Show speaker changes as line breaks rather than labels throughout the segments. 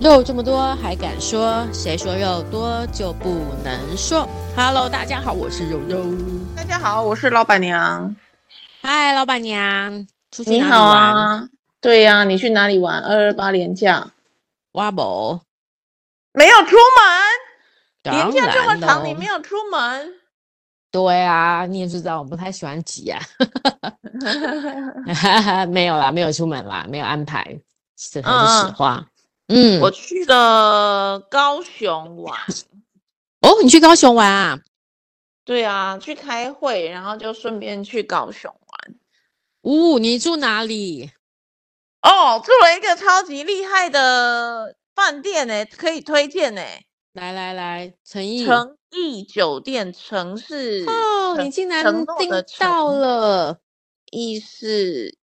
肉这么多还敢说？谁说肉多就不能说？Hello，大家好，我是肉肉。
大家好，我是老板娘。
嗨，老板娘，出去
你
哪里
好
玩？
啊，对呀、你去哪里玩？二二八连假
挖宝，
没有出门，
当
连假这么
然
长，
咯
你没有出门。
对啊，你也知道我不太喜欢挤啊。 没有啦，没有出门啦，没有安排，是很实
嗯嗯
话。嗯，
我去了高雄玩，
哦，你去高雄玩啊？
对啊，去开会，然后就顺便去高雄玩。
呜、你住哪里？
哦，住了一个超级厉害的饭店呢、可以推荐呢、
来来来，诚意。
诚毅酒店，城市
哦，
诚
你竟然
承诺
订
的诚
到了。
议是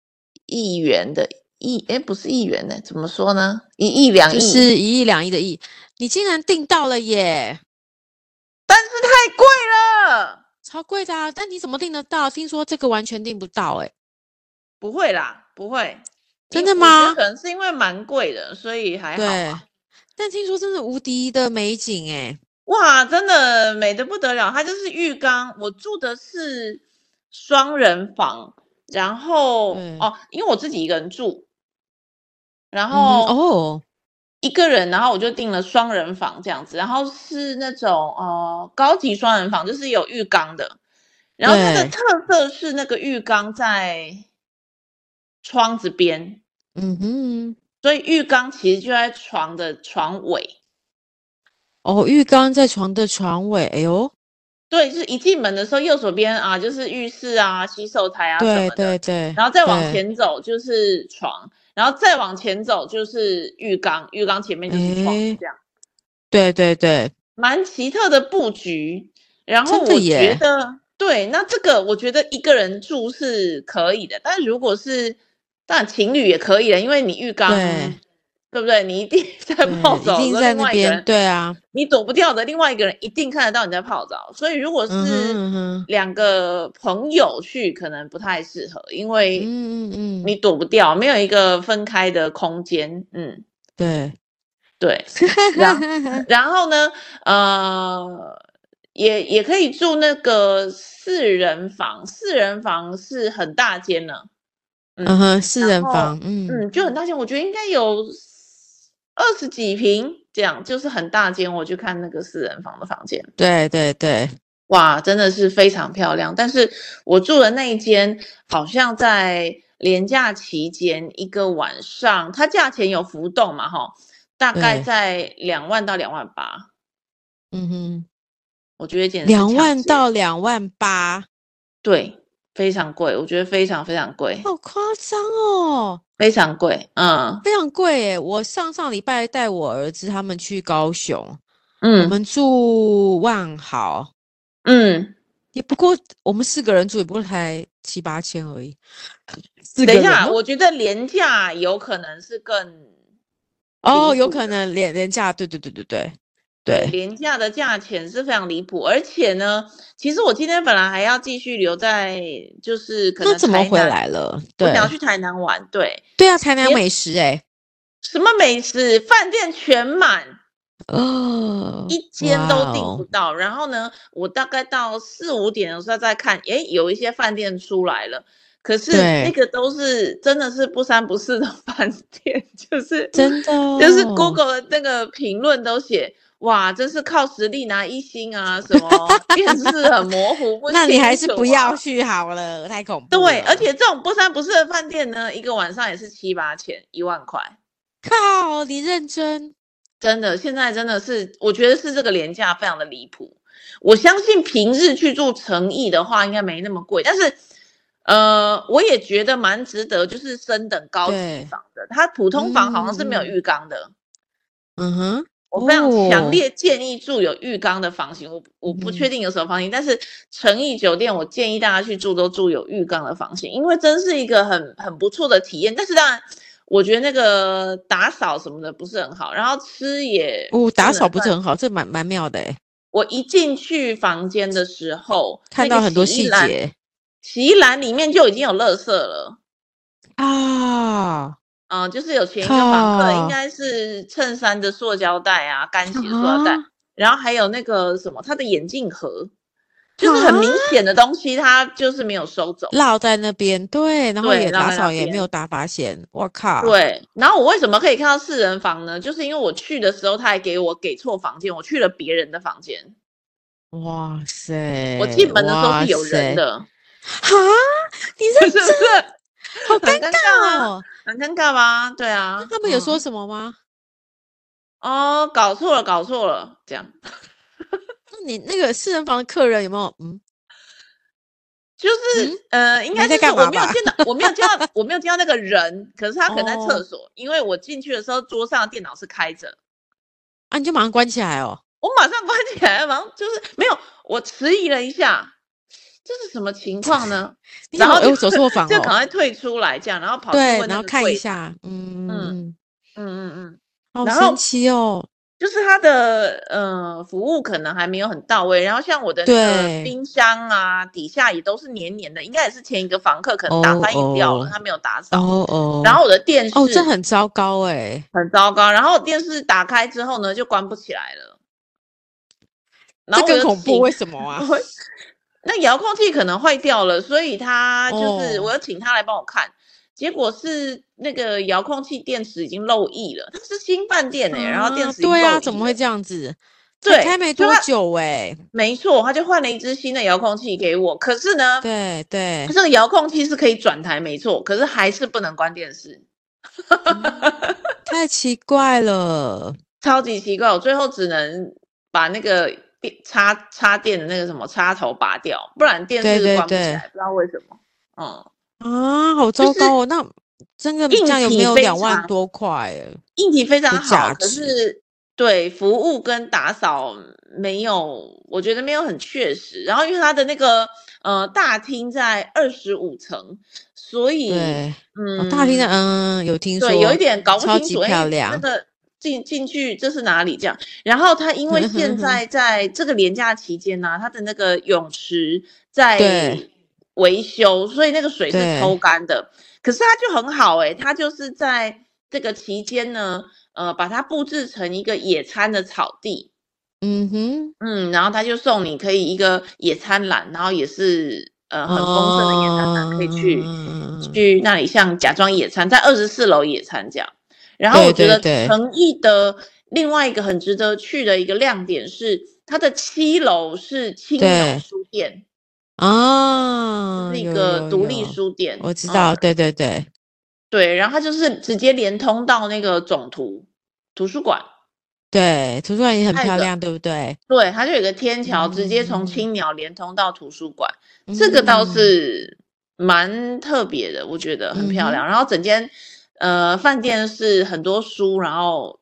议员的议，哎，不是议员呢，怎么说呢？一亿两亿，
就是一亿两亿的亿，你竟然订到了耶，
但是太贵了。
超贵的啊！但你怎么订得到？听说这个完全订不到哎。
不会啦，不会，
真
因
的
我觉得
吗
可能是因为蛮贵的，所以还好
对
啊。，
但听说真是无敌的美景哎。
哇，真的美的不得了，它就是浴缸。我住的是双人房，然后
对
哦，因为我自己一个人住，然
嗯
后、
哼哦，
一个人，然后我就订了双人房这样子，然后是那种呃高级双人房，就是有浴缸的。然后它的
对
特色是那个浴缸在窗子边，
嗯哼，
所以浴缸其实就在床的床尾。
哦，浴缸在床的床尾，哎呦，
对，就是一进门的时候，右手边啊就是浴室啊、洗手台啊什
对
么的，
对对，
然后再往
对，
前走就是床，然后再往前走就是浴缸，浴缸前面就是床，
诶
这样。
对对对，
蛮奇特的布局。然后
真的
我觉
耶
得，对，那这个我觉得一个人住是可以的，但如果是当然情侣也可以的，啊因为你浴缸
对
对不对？你 一定在泡
对，
澡，
一定
那
在
另
那
外一个
边，
人
对啊，
你躲不掉的，另外一个人一定看得到你在泡澡。所以如果
嗯哼
是
嗯哼，
两个朋友去，可能不太适合，因为
嗯嗯嗯，
你躲不掉，没有一个分开的空间。嗯，
对，
对。 然后呢，呃，也也可以住那个四人房，四人房是很大间呢，
嗯哼，四
然
人
后
房，嗯
嗯，就很大间，我觉得应该有二十几平这样，就是很大间。我去看那个四人房的房间，
对对对，
哇，真的是非常漂亮。但是我住的那一间好像在连假期间一个晚上，它价钱有浮动嘛，哈，大概
对
在两万到两万八。
嗯哼，
我觉得简直是
两
抢
万
劫
到两万八。
对，非常贵，我觉得非常非常贵，
好夸张哦，
非常贵。嗯
非常贵耶！我上上礼拜带我儿子他们去高雄，我
嗯
们住万豪，
嗯，
也不过我们四个人住，也不过才七八千而已。四
等
个
一下，
人
我觉得廉价有可能是更
哦，
离
有
谱
可
的
能廉廉价，对对对对对对，
廉价的价钱是非常离谱，而且呢，其实我今天本来还要继续留在，就是可
那
能
怎么
台
回
南
来？了？
我
对
想要去台南玩，对，
对啊，台南
别
美食哎，
什么美食饭店全满，
哦，
一间都订
哇哦
不到。然后呢，我大概到四五点的时候再看，诶，有一些饭店出来了，可是那
对
个都是真的是不三不四的 饭店，就是
真的
就是
哦
Google 的那个评论都写。哇，真是靠实力拿一星啊！什么面试很模糊，不
那你还
清
是
楚
不要
啊
去好了，太恐怖了。
对，而且这种不三不四的饭店呢，一个晚上也是七八千、一万块。
靠，你认真。
真的，现在真的是，我觉得是这个廉价非常的离谱。我相信平日去住诚意的话，应该没那么贵，但是，呃，我也觉得蛮值得，就是升等高级
对
房的。它普通房好像是没有
嗯
浴缸的，
嗯哼，
我非常
哦
强烈建议住有浴缸的房型。我我不确
嗯
定有什么房型，但是诚意酒店我建议大家去住都住有浴缸的房型，因为真是一个很很不错的体验。但是当然。我觉得那个打扫什么的不是很好，然后吃也
哦，打
能
扫不
算
是很好，这蛮蛮妙的哎，
我一进去房间的时候，
看
那
到
个
很多
洗衣
细
篮，
节
洗衣篮里面就已经有垃圾了。
啊，
嗯、就是有前一个访客
靠
应该是衬衫的塑胶袋啊，干洗的塑胶袋，
啊
然后还有那个什么，他的眼镜盒，就是很明显
啊
的东西，他就是没有收走。
落在那边，对，然后
对
也
落
打
在那
扫也没
边
有打发现，我靠，，
对，然后我为什么可以看到四人房呢？就是因为我去的时候，他还给我给错房间，我去了别人的房间。
哇塞，
我进门的时候是有人
哎哇
的，
塞，哈， 你在
是不是？
好
很
尴
尴
尬
尬啊，
哦，
很尴尬吧？对啊，
他们有
嗯
说什么吗？
哦，搞错了，搞错了，这样
那你那个四人房的客人有没有？嗯，
就是、呃，应
你
该
在
就是
干
我
嘛
没有
吧
见到，我没有 见到，我没有见到那个人，可是他可能在
哦
厕所，因为我进去的时候桌上的电脑是开着，
啊，你就马上关起来哦。
我马上关起来，马上就是没有，我迟疑了一下，这是什么情况 呢？
你
然
有
后
哎
就
我走错房
就赶
了，
快退出来，这样，然后跑去
对，
问
然
那
后
个
看
柜
一
台，
下，嗯嗯
嗯，嗯嗯嗯，
好
然
神
后
奇哦，
就是他的呃服务可能还没有很到位，然后像我的那个
对
冰箱啊底下也都是黏黏的，应该也是前一个房客可能打翻饮料了，
哦哦
他没有打扫。
哦哦，
然后我的电视
哦，这很糟糕哎，
很糟糕，然后电视打开之后呢就关不起来了，然
这
后我
更
就
恐怖，
请
为什么 啊？
我那遥控器可能坏掉了，所以他就是、
哦
我要请他来帮我看，结果是那个遥控器电池已经漏液了，它是新饭店呢、然后电
啊
池已经
对
漏
啊，
液
怎么会
了
这样子？才
对
开没
所以
多
他
久哎，
没错，他就换了一支新的遥控器给我。可是呢，
对 对，
这个遥控器是可以转台，没错，可是还是不能关电视，
嗯太奇怪了，
超级奇怪。我最后只能把那个电插插电的那个什么插头拔掉，不然电
对
视
对
关不起
对
来，不知道为什么。嗯，
啊，好
就
糟
是
糕哦，那真的
硬
这样有
体
没有
非
两万
常
多块哎？
硬体非常
的价
好，可
值
是对服务跟打扫没有，我觉得没有很确实。然后因为它的那个呃大厅在二十五层，所以
对，哦
嗯，
大厅的嗯有听说，
对，有一点搞不
超
清
级
楚，哎
漂
那
亮
个进进去这是哪里这样？然后他因
嗯
为现在在这个廉价期间呢、他的那个泳池在
对
维修，所以那个水是
对
抽干的。可是他就很好哎、他就是在这个期间呢，呃，把它布置成一个野餐的草地，
嗯哼，
嗯，然后他就送你可以一个野餐篮，然后也是呃很丰盛的野餐篮，可以去。
嗯
去那里像假装野餐，在二十四楼野餐这样。然后我觉
对
得
对对
诚毅的另外一个很值得去的一个亮点是，它的七楼是青鸟
对
书店，
啊，
是一
有
个
有
独立
有
书店。
我知
嗯
道，对对对，
对，然后它就是直接连通到那个总图图书馆，
对，图书馆也很
看
漂
着
亮，对不对？
对，它就有个天桥，直接从
嗯
青鸟连通到图书馆。这个倒
嗯
是蛮特别的，我觉得很漂
嗯哼
亮。然后整间呃饭店是很多书，然后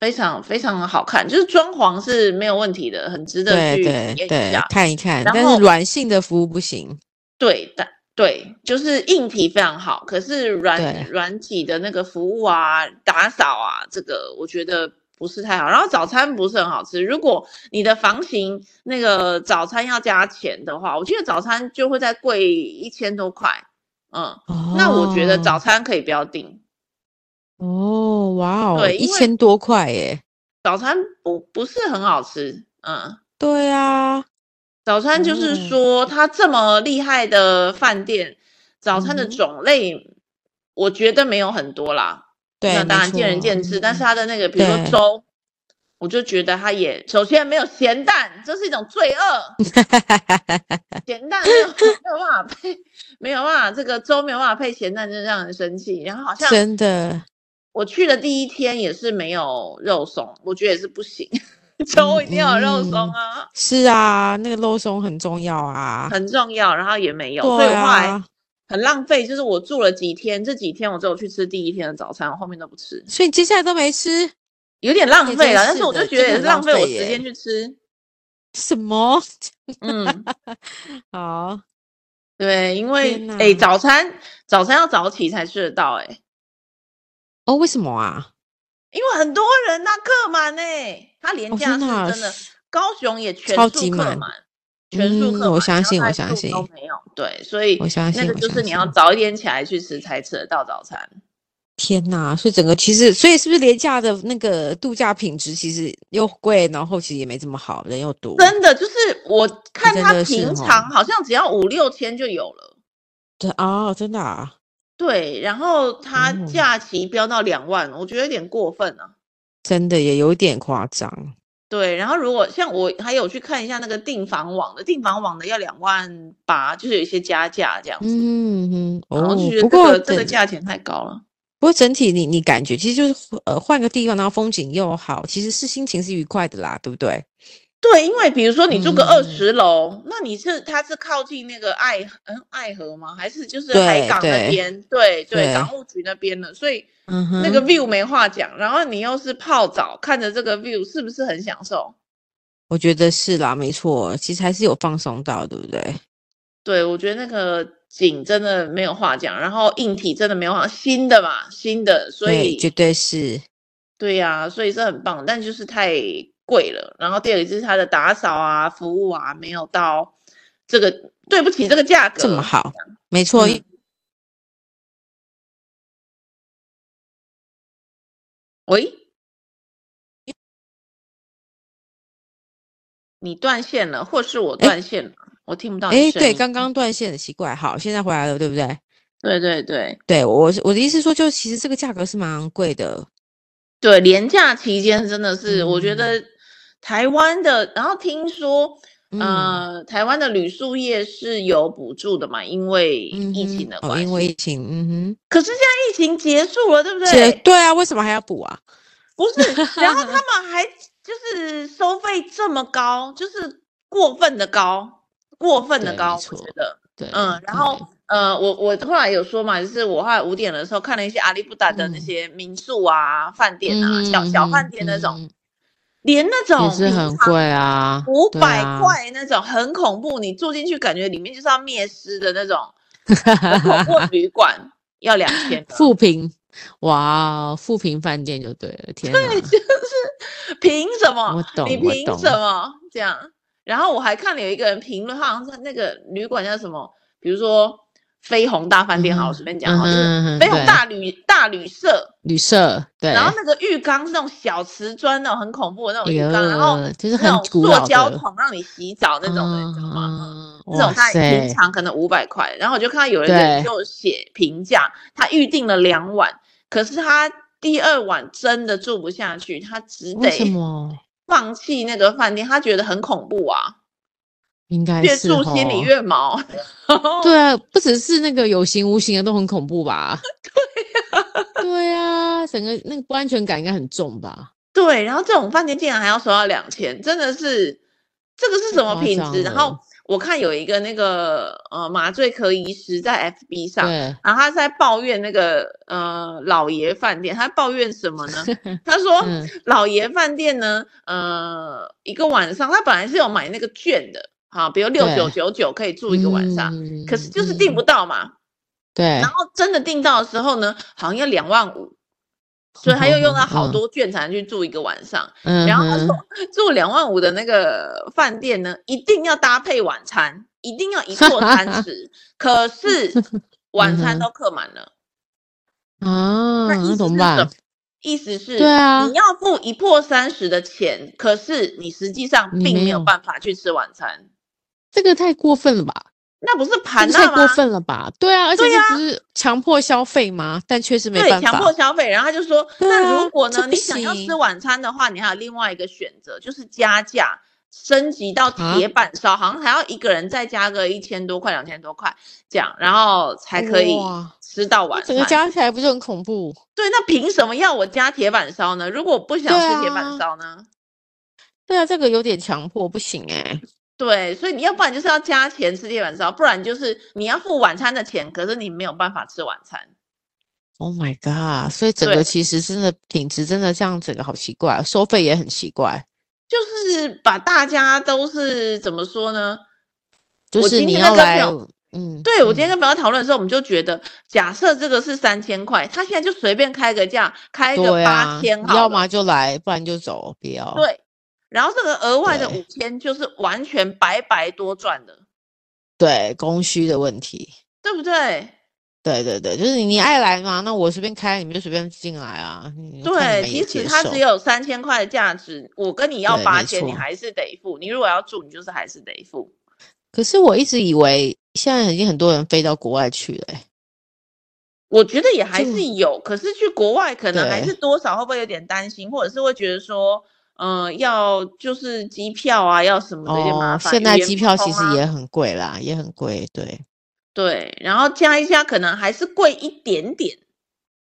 非常非常好看，就是装潢是没有问题的，很值得
对
去体
对
验一
对
下，。
看一看，
然
但
后
是软性的服务不行，
对，但对，就是硬体非常好，可是软
对
软体的那个服务啊、打扫啊，这个我觉得不是太好。然后早餐不是很好吃，如果你的房型那个早餐要加钱的话，我记得早餐就会再贵一千多块。嗯，那我觉得早餐可以不要订，
哦哦，哇哦，
对因
一
为
千多块耶，
早餐不不是很好吃。嗯，
对啊，
早餐就是
哦
说，它这么厉害的饭店，早餐的
嗯哼
种类，我觉得没有很多啦。
对，
那
没
当然见仁
错
见智，但是它的那个，比如说
对
粥，我就觉得它也首先没有咸蛋，这是一种罪恶，咸蛋没有 没有办法配，没有办法这个粥没有办法配咸蛋，就让人生气。然后好像
真的，
我去的第一天也是没有肉松，我觉得也是不行， 粥一定要有肉松
嗯
啊，
是啊，那个肉松很重要啊，
很重要。然后也没有，所以
对
我后来
啊，
很浪费，就是我住了几天，这几天我只有去吃第一天的早餐，我后面都不吃，
所以你接下来都没吃
有点浪
哎
费
真
了。但
是
是我就
的
觉得
真的
也是
很
浪
浪
费我
费
时间
耶
去吃，
什么？
嗯。
好，
对，因为
天
诶
呐
早餐早餐要早起才吃得到诶，
哦，为什么啊？
因为很多人呐、客满诶，他廉
哦
价
真
是
的啊
真的，高雄也全
超
数
级
客
满
全数客
嗯
满，
我相
然后
信我
外
相
宿
信
都没有，对，所以
我相
那
信嗯
个
我
就是
相
你要
信
早一点起来去吃才吃得到早餐，
天呐，所以整个其实，所以是不是廉价的那个度假品质其实又贵，然后其实也没这么好，人又多，
真的就是我
哎
看
真
他
的是
平
哦
常好像只要五六千就有了，
对哦，真的啊，
对，然后他
哦
假期飙到两万，我觉得有点过分啊。
真的也有点夸张，
对，然后如果像我还有去看一下那个订房网的，订房网的要两万八，就是有一些加价这样子，
嗯哼，
然
哦
后就觉，得
不
这
过
个这个
整
价钱太高了。
不过整体你你感觉其实就是呃换个地方，然后风景又好，其实是心情是愉快的啦，对不对？
对，因为比如说你住个二
嗯
十楼，那你是它是靠近那个爱嗯爱河吗？还是就是海
对
港那
对
边？对对
对
港务局那边的，所以
嗯哼
那个 view 没话讲。然后你又是泡澡，看着这个 view 是不是很享受？
我觉得是啦，没错，其实还是有放松到，对不对？
对，我觉得那个景真的没有话讲，然后硬体真的没有话，新的嘛，新的，所
对，
以
绝对是，
对呀、所以是很棒，但就是太贵了。然后第二个就是它的打扫啊、服务啊，没有到这个对不起这个价格
这么好，没错。
嗯喂，你断线了，或是我
诶
断线了，我听不到
哎、
你声
对，
音
刚刚断线很奇怪，好，现在回来了，对不对？
对对对
对我是我的意思是说，就其实这个价格是蛮昂贵的，
对，廉价期间真的是，我觉
嗯
得台湾的，然后听说。
嗯，
呃，台湾的旅宿业是有补助的嘛？因为
嗯
疫情
哼
的
哦，
关系。
因为疫情，嗯
可是现在疫情结束了，对不
哼，这
对？
对啊，为什么还要补啊？
不 是，然后他们还就是收费这么高，就是过分的高，过分的
对
高，
没
我
错
觉得。
对，
嗯，然后呃，我我后来有说嘛，就是我后来五点的时候看了一些阿里不达的那
嗯
些民宿啊、饭店
嗯
啊、小小饭店那种，
嗯
连那
也
种
是很贵啊，
五
对
百
啊
块那种，很恐怖，你住进去感觉里面就是要灭尸的那种很恐怖的旅馆，要两千。
富平，哇哦，富平饭店就对了，天哪，
凭什么？
我懂
你
我
凭
懂
什么这样？然后我还看了有一个人评论，好像是那个旅馆叫什么，比如说飞鸿大饭店，好，我随便讲
嗯
哈，就是
哼，
飞鸿
对
大旅大旅社，
旅社，对，哎
然后那个浴缸是那种小瓷砖那种很恐怖的那种浴缸，然后
呃就是
那
很
种
古
塑
老
胶
的
桶让你洗澡那种的，你知道吗？
嗯
这种
哇
它平
塞，
常可能五百块，然后我就看到有人
对
就写评价，他预定了两晚，可是他第二晚真的住不下去，他只
为什
得
么？
放弃那个饭店，他觉得很恐怖啊，
应该
越
是哦
住心里
吼
越哦毛。
对啊，不只是那个有形无形的都很恐怖吧？ 对啊，整个那个不安全感应该很重吧？
对，然后这种饭店竟然还要收到两千，真的是这个是
太
什么
夸
品
张
质？然后
了
我看有一个那个呃麻醉科医师在 FB 上，
对，
然后他在抱怨那个呃老爷饭店，他抱怨什么 呢？他说
嗯
老爷饭店呢，呃，一个晚上他本来是有买那个券的，哈、比如六九九九可以住一个晚上，
嗯
可是就是订不
嗯
到嘛。
对
然，后真的订到的时候呢，好像要两万五，所以他又用了好
嗯
多券才能去住一个晚上。
嗯
然后他说
哼，
住两万五的那个饭店呢，一定要搭配晚餐，一定要一座餐 食，可是晚餐
嗯哼
都客满 了。
啊，
那意
那
思
怎
是
么
什
办
么？？意思是，
对啊
你要付一破三十的钱，可是你实际上
你
并
没
没有
有
办法去吃晚餐，
这个太过分了吧？
那不是
这
盘
个
纳
太过
吗？
分了吧？对啊，而且
对
这
啊
不是强迫消费吗？但确实没
对，
办
强
法。
迫消费。然后他就说，
对
那
啊
如果
这
呢，
不
你想要吃
行
晚餐的话，你还有另外一个选择，就是加价。升级到
啊
铁板烧，好像还要一个人再加个一千多块、两千多块这样，然后才可以
哇
吃到晚
那整。
餐
个加起来不是很恐怖？
对，那凭什么要我加铁板烧呢？如果我不想
对
吃铁板
啊
烧呢？
对啊，这个有点强迫，不行哎、
对，所以你要不然就是要加钱吃铁板烧，不然就是你要付晚餐的钱，可是你没有办法吃晚餐。
Oh my god！所以整
对
个其实真的品质真的这样整个好奇怪，收费也很奇怪。
就是把大家都是怎么说呢？
就
我
是
今
你
天在
要
跟
来
朋，
嗯，
对我今天
嗯
跟朋友讨论的时候，我们就觉得，假设这个是三千块，他现在就随便开个价，开个
对
八
啊，
千、
你要么就来，不然就走，不要。
对，然后这个额外的
对
五千就是完全白白多赚的，
对，供需的问题。
对不对？
对对对，就是你你爱来嘛，那我随便开，你们就随便进来啊。你看你
对，
们
即
也
使
接
它
受
只有三千块的价值，我跟你要
对
八
没
千，你
错
还是得付。你如果要住，你就是还是得付。
可是我一直以为现在已经很多人飞到国外去了欸、
我觉得也还
就是
有，可是去国外可能还
对
是多少会不会有点担心，或者是会觉得说，嗯、要就是机票啊，要什么的有点麻
哦，
烦。
现
语
在
言
机
不
票
通
其实
啊
也很贵啦，也很贵。对
对，然后加一加可能还是贵一点点。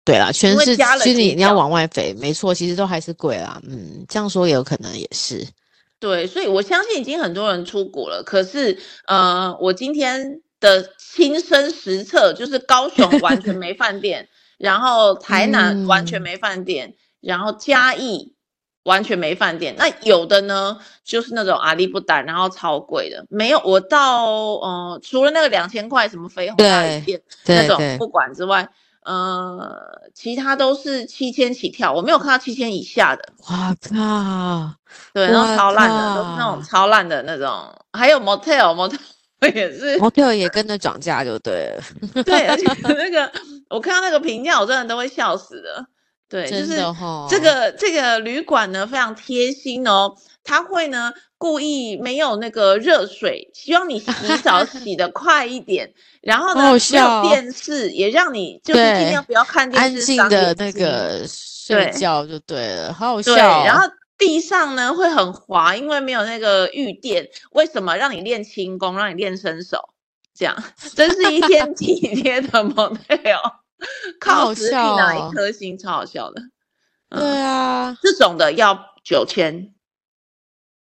对啦，全
为
是
加了
其实
机
你你要
票
往外飞，没错，其实都还是贵啦。嗯，这样说也有可能也 是。
对，所以我相信已经很多人出国了。可是，呃，我今天的亲身实测就是高 雄完全没饭店，然后台南完全
嗯
没饭店，然后嘉义完全没饭店。那有的呢，就是那种阿里不达，然后超贵的。没有，我到呃，除了那个两千块什么绯红大
对
旅店那
对
种
对，
不管之外，呃，其他都是七千起跳，我没有看到七千以下的。
哇靠！
对，然后
哇
超烂的，都是那
靠
种超烂的那种，还有 motel motel 也是，
，motel 也跟着涨价就对了。
对，而且那个我看到那个评价，我真的都会笑死的。 对，就
真
是
的哈，
这个这个旅馆呢非常贴心哦，他会呢故意没有那个热水，希望你洗 澡洗得快一点，然后
好
呢
好
没
笑
有
哦
电视，也让你就是尽
对
量不要看电视，
安静
伤
的
眼
那
睛
个睡
对
觉就对了，好好笑
对，
哦。
然后地上呢会很滑，因为没有那个浴垫。为什么让你练轻功，让你练身手？这样真是一 天体贴的 motel，靠
好
实力
笑
拿
哦
一颗星，超好笑的。
对
嗯，
啊
这种的要九千，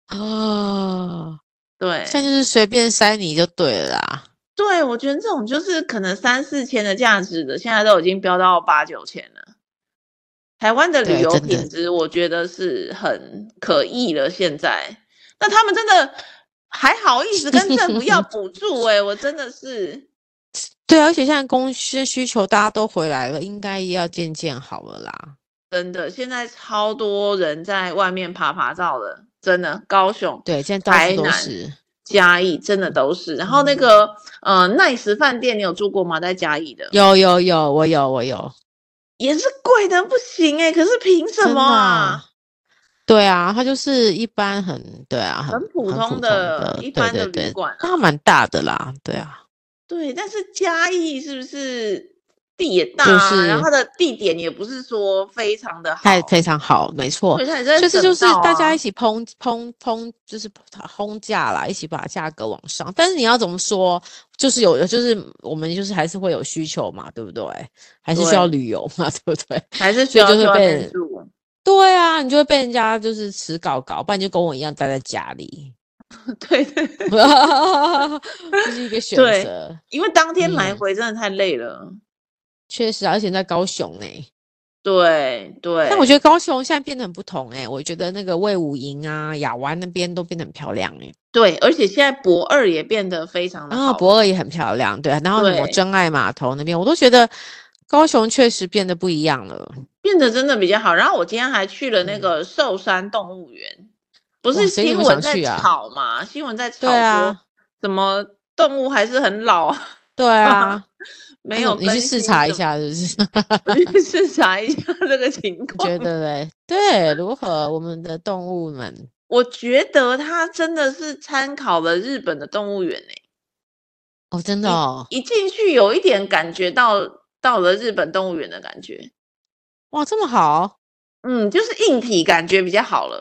啊，
对
现在就是随便塞你就对了啦。
对，我觉得这种就是可能三四千的价值的，现在都已经飙到八九千了。台湾的旅
对
游
真的
品质，我觉得是很可疑了。现在，那他们真的还好意思跟政府要补 助、欸？我真的是
对啊，而且现在公司需求大家都回来了，应该要渐渐好了啦。
真的，现在超多人在外面爬爬照的，真的，高雄、
对，现在到
台
处都
南
是。
嘉义真的都是。然后
嗯
那个呃奈斯饭店，你有住过吗？在嘉义的，
有有有，我有我有。
也是贵的不行哎、可是凭什
真
么
的
啊？
对啊，它就是一般很对啊，很
很普通
的
的，一
对
般的
对
旅
对，
馆啊
那蛮大的啦，对啊，
对，但是嘉义是不是地也大
就
啊、
是
然后它的地点也不是说非常的好，
太非常好，没错
对，。它也在
就是
省
就是
道
大家
啊
一起抨抨抨，就是轰价啦，一起把价格往上。但是你要怎么说，就是有就是我们就是还是会有需求嘛，对不对？还是需要
对
旅游嘛， 对不对？
还是
所
需
以
要
就会
去外
被
面住，
对啊，你就会被人家就是吃搞搞，不然你就跟我一样待在家里，
对对，
这是一个选
对
择。
因为当天来
嗯
回真的太累了。
确实啊，而且在高雄哎、
对对，
但我觉得高雄现在变得很不同哎、我觉得那个魏武营啊、亚湾那边都变得很漂亮哎、
对，而且现在博二也变得非常的
然后
啊好
啊博二也很漂亮，对啊、然后什么
对
真爱码头那边，我都觉得高雄确实变得不一样了。
变得真的比较好。然后我今天还去了那
嗯
个寿山动物园，不
哇
是
谁那
新
么
闻
想
在
去啊
吵嘛？新闻在吵
对
说
啊
什么动物还是很老 啊，
对啊，
没
那
有
种你去
更
视
新
察一
什么，
下是不是？
我去视察一下这个情
你 觉
况。
得嘞？对，如何我们的动物们？
我觉得他真的是参考了日本的动物园诶、
哦，真的哦，
一进去有一点感觉到到了日本动物园的感觉，
哇，这么好。
嗯，就是硬体感觉比较好了。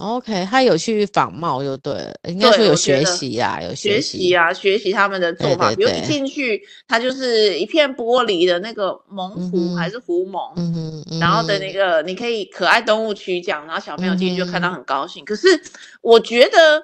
哦 OK，他有去仿冒就对了，应该说
对
有
我觉
学
得
习啊，有
学习
习。
啊，学习他们的做
对
法。
对
比如
对
一进去，它就是一片玻璃的那个蒙湖、还
嗯哼
是湖蒙，
嗯哼，嗯
然后的
哼
那个你可以可爱动物区讲，然后小朋友进去就看到
嗯
很高兴。可是我觉得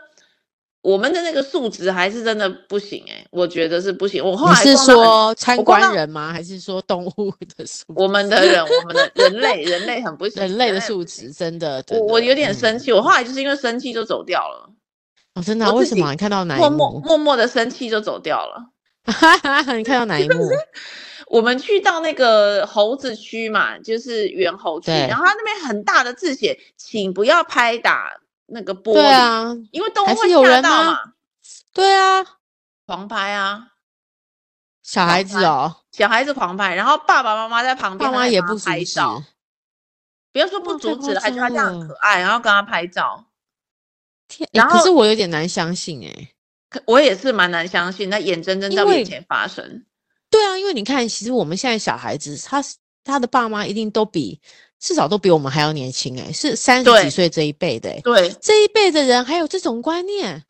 我们的那个素质还是真的不行哎、我觉得是不行。我后
你
来
是
逛到很
说参
我逛
观
到
人吗？还是说动物的素 质？
我们的人，我们的人类，人类很不行，
人类的
不
素
行。
质真的，
我
真
我
的
有点生
嗯
气，我后来就是因为生气就走掉了，
哦，真的啊、
我
为
自
什么啊
己
你看到哪
默
一
默
幕？
默默的生气就走掉了。
你看到哪一 幕？
我们去到那个猴子区嘛，就是猿猴区，
对
然后它那边很大的字写，请不要拍打那个玻璃，
对啊，
因为动物
还
会
是有
吓
人
到
吗
嘛，
对啊，
狂拍啊，
小孩子哦，
小孩子狂拍，然后爸爸妈妈在旁边，
爸妈也不
拍
阻止，
照，不要说不
哇太
阻
夸
止了，还觉得他
张
这样很
了
可爱，然后跟他拍照。
天，
然
欸可是
后
我有点难相信哎、
可我也是蛮难相信，那眼睁睁
因
在我眼
为
前发生。
对啊，因为你看，其实我们现在小孩子，他是他的爸妈一定都比至少都比我们还要年轻哎、是三十
对
几岁这一辈的哎、
对，
这一辈的人还有这种观念。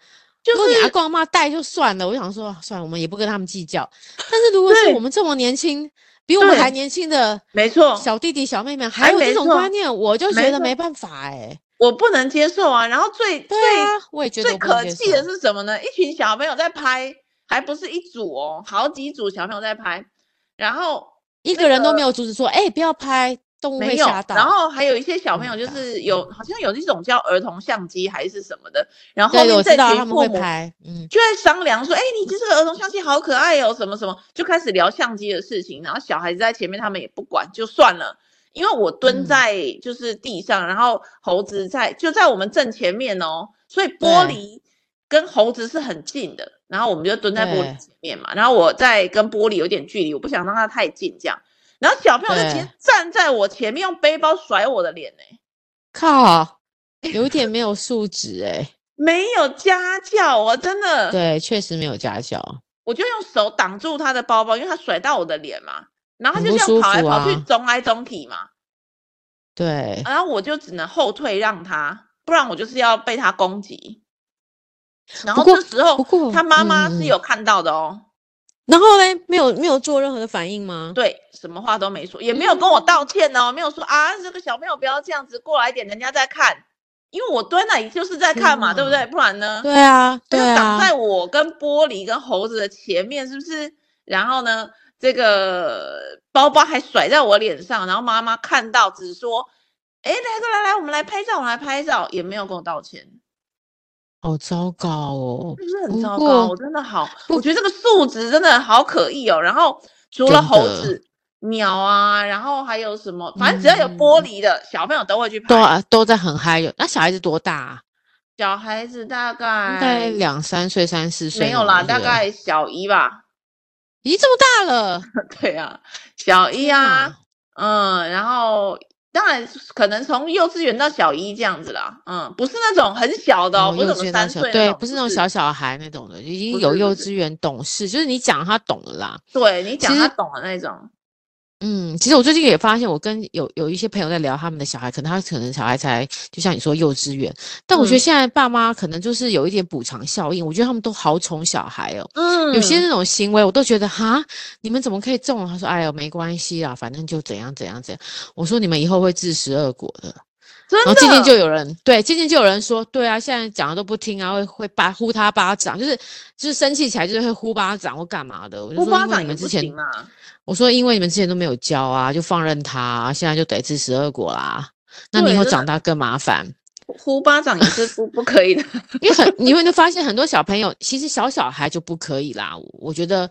就
如果你阿
是
公阿妈带就算了，我想说啊算了，我们也不跟他们计较。但是如果是
对
我们这么年轻，比我们
对
还年轻的
没错，
小弟弟小妹妹
哎
还有
没
这种
错
观念，我就
没
觉得
错
没办法哎、
我不能接受啊。然后最
对
最
啊，我也觉得
最
我不能
可
接
气的
受
是什么呢？一群小朋友在拍，还不是一组哦，好几组小朋友在拍，然后
一个人都没有阻止说，哎、不要拍，动物
没
会
有
吓，到。
然后还有一些小朋友
my
就
God
是有，好像有那种叫儿童相机还是什么的，然后后
对，
面
我知
这
道
群
他们会
父母
拍，嗯，
就在商量说，哎、你这个儿童相机好可爱哦，什么什么，就开始聊相机的事情，然后小孩子在前面他们也不管，就算了。因为我蹲
嗯
在就是地上，然后猴子在就在我们正前面哦，所以玻
对
璃跟猴子是很近的。然后我们就蹲在玻璃
对
前面嘛，然后我在跟玻璃有点距离，我不想让它太近这样。然后小朋友就直接
对
站在我前面，用背包甩我的脸呢、哎
靠，有一点没有素质哎、
没有家教，我真的。
对，确实没有家教，
我就用手挡住他的包包，因为他甩到我的脸嘛，然后他
很
就
不
这样
舒
跑来
服
跑去，
啊
中来中去嘛，
对，
然后我就只能后退让他，不然我就是要被他攻击。然
不
后
过
这时候
不过
他妈妈是
嗯
有看到的哦，
然后嘞，没有没有做任何的反应吗？
对，什么话都没说，也没有跟我道歉哦，没有说啊这个小朋友不要这样子，过来一点，人家在看，因为我蹲那里就是在看嘛，
天
对不对？不然呢？
嗯对啊，
就
对
挡
啊，
在我跟玻璃跟猴子的前面，是不是？然后呢，这个包包还甩在我脸上，然后妈妈看到只说：“哎，来过来来，我们来拍照，我们来拍照。”也没有跟我道歉，
好糟糕哦
是。不是很
不
糟
过
糕？我真的好，
不
我觉得这个素质真的好可疑哦。然后除了
真
猴
的
子、鸟啊，然后还有什么，反正只要有
嗯
玻璃的、小朋友都会去
都
拍。
啊都在很嗨有，那小孩子多大啊、
小孩子大
应该
概
两三岁、三四岁
哎没有
那种
啦，
对啊
大
不对
概小一吧。
咦这么大了，
对啊，小一
天
啊
哪，
嗯，然后当然是可能从幼稚园到小一这样子啦，嗯，不是那种很小的哦，
哦
不
幼
是那
稚
种
园到
三
小
岁
对，
不
不是那种小，小孩那种的，已经
不是
有
不
幼
是
稚园懂事，就是你讲他懂了啦。
对你讲
其
他
实
懂的那种，
嗯，其实我最近也发现，我跟有有一些朋友在聊他们的小孩，可能他可能小孩才就像你说幼稚园，但我觉
嗯
得现在爸妈可能就是有一点补偿效应，我觉得他们都好宠小孩哦。
嗯，
有些那种行为，我都觉得哈，你们怎么可以这种？他说：“哎呦，没关系啦，反正就怎样怎样怎样。”我说：“你们以后会自食恶果的。”
真
然后渐渐
的
哦就有人对，渐渐就有人说：“对啊，现在讲的都不听啊，会会巴呼他巴掌，就是就是生气起来就是会呼巴掌或干嘛的。”我就
不
说：“
巴
因为
掌
你
也
们之
不
前
行啊啦，
我说，因为你们之前都没有教啊，就放任他啊、现在就得吃十二果啦。那你以
对
后
真
长大更麻烦，
呼巴掌也是不不可以的，
因为很你会就发现很多小朋友其实小小孩就不可以啦。我我觉得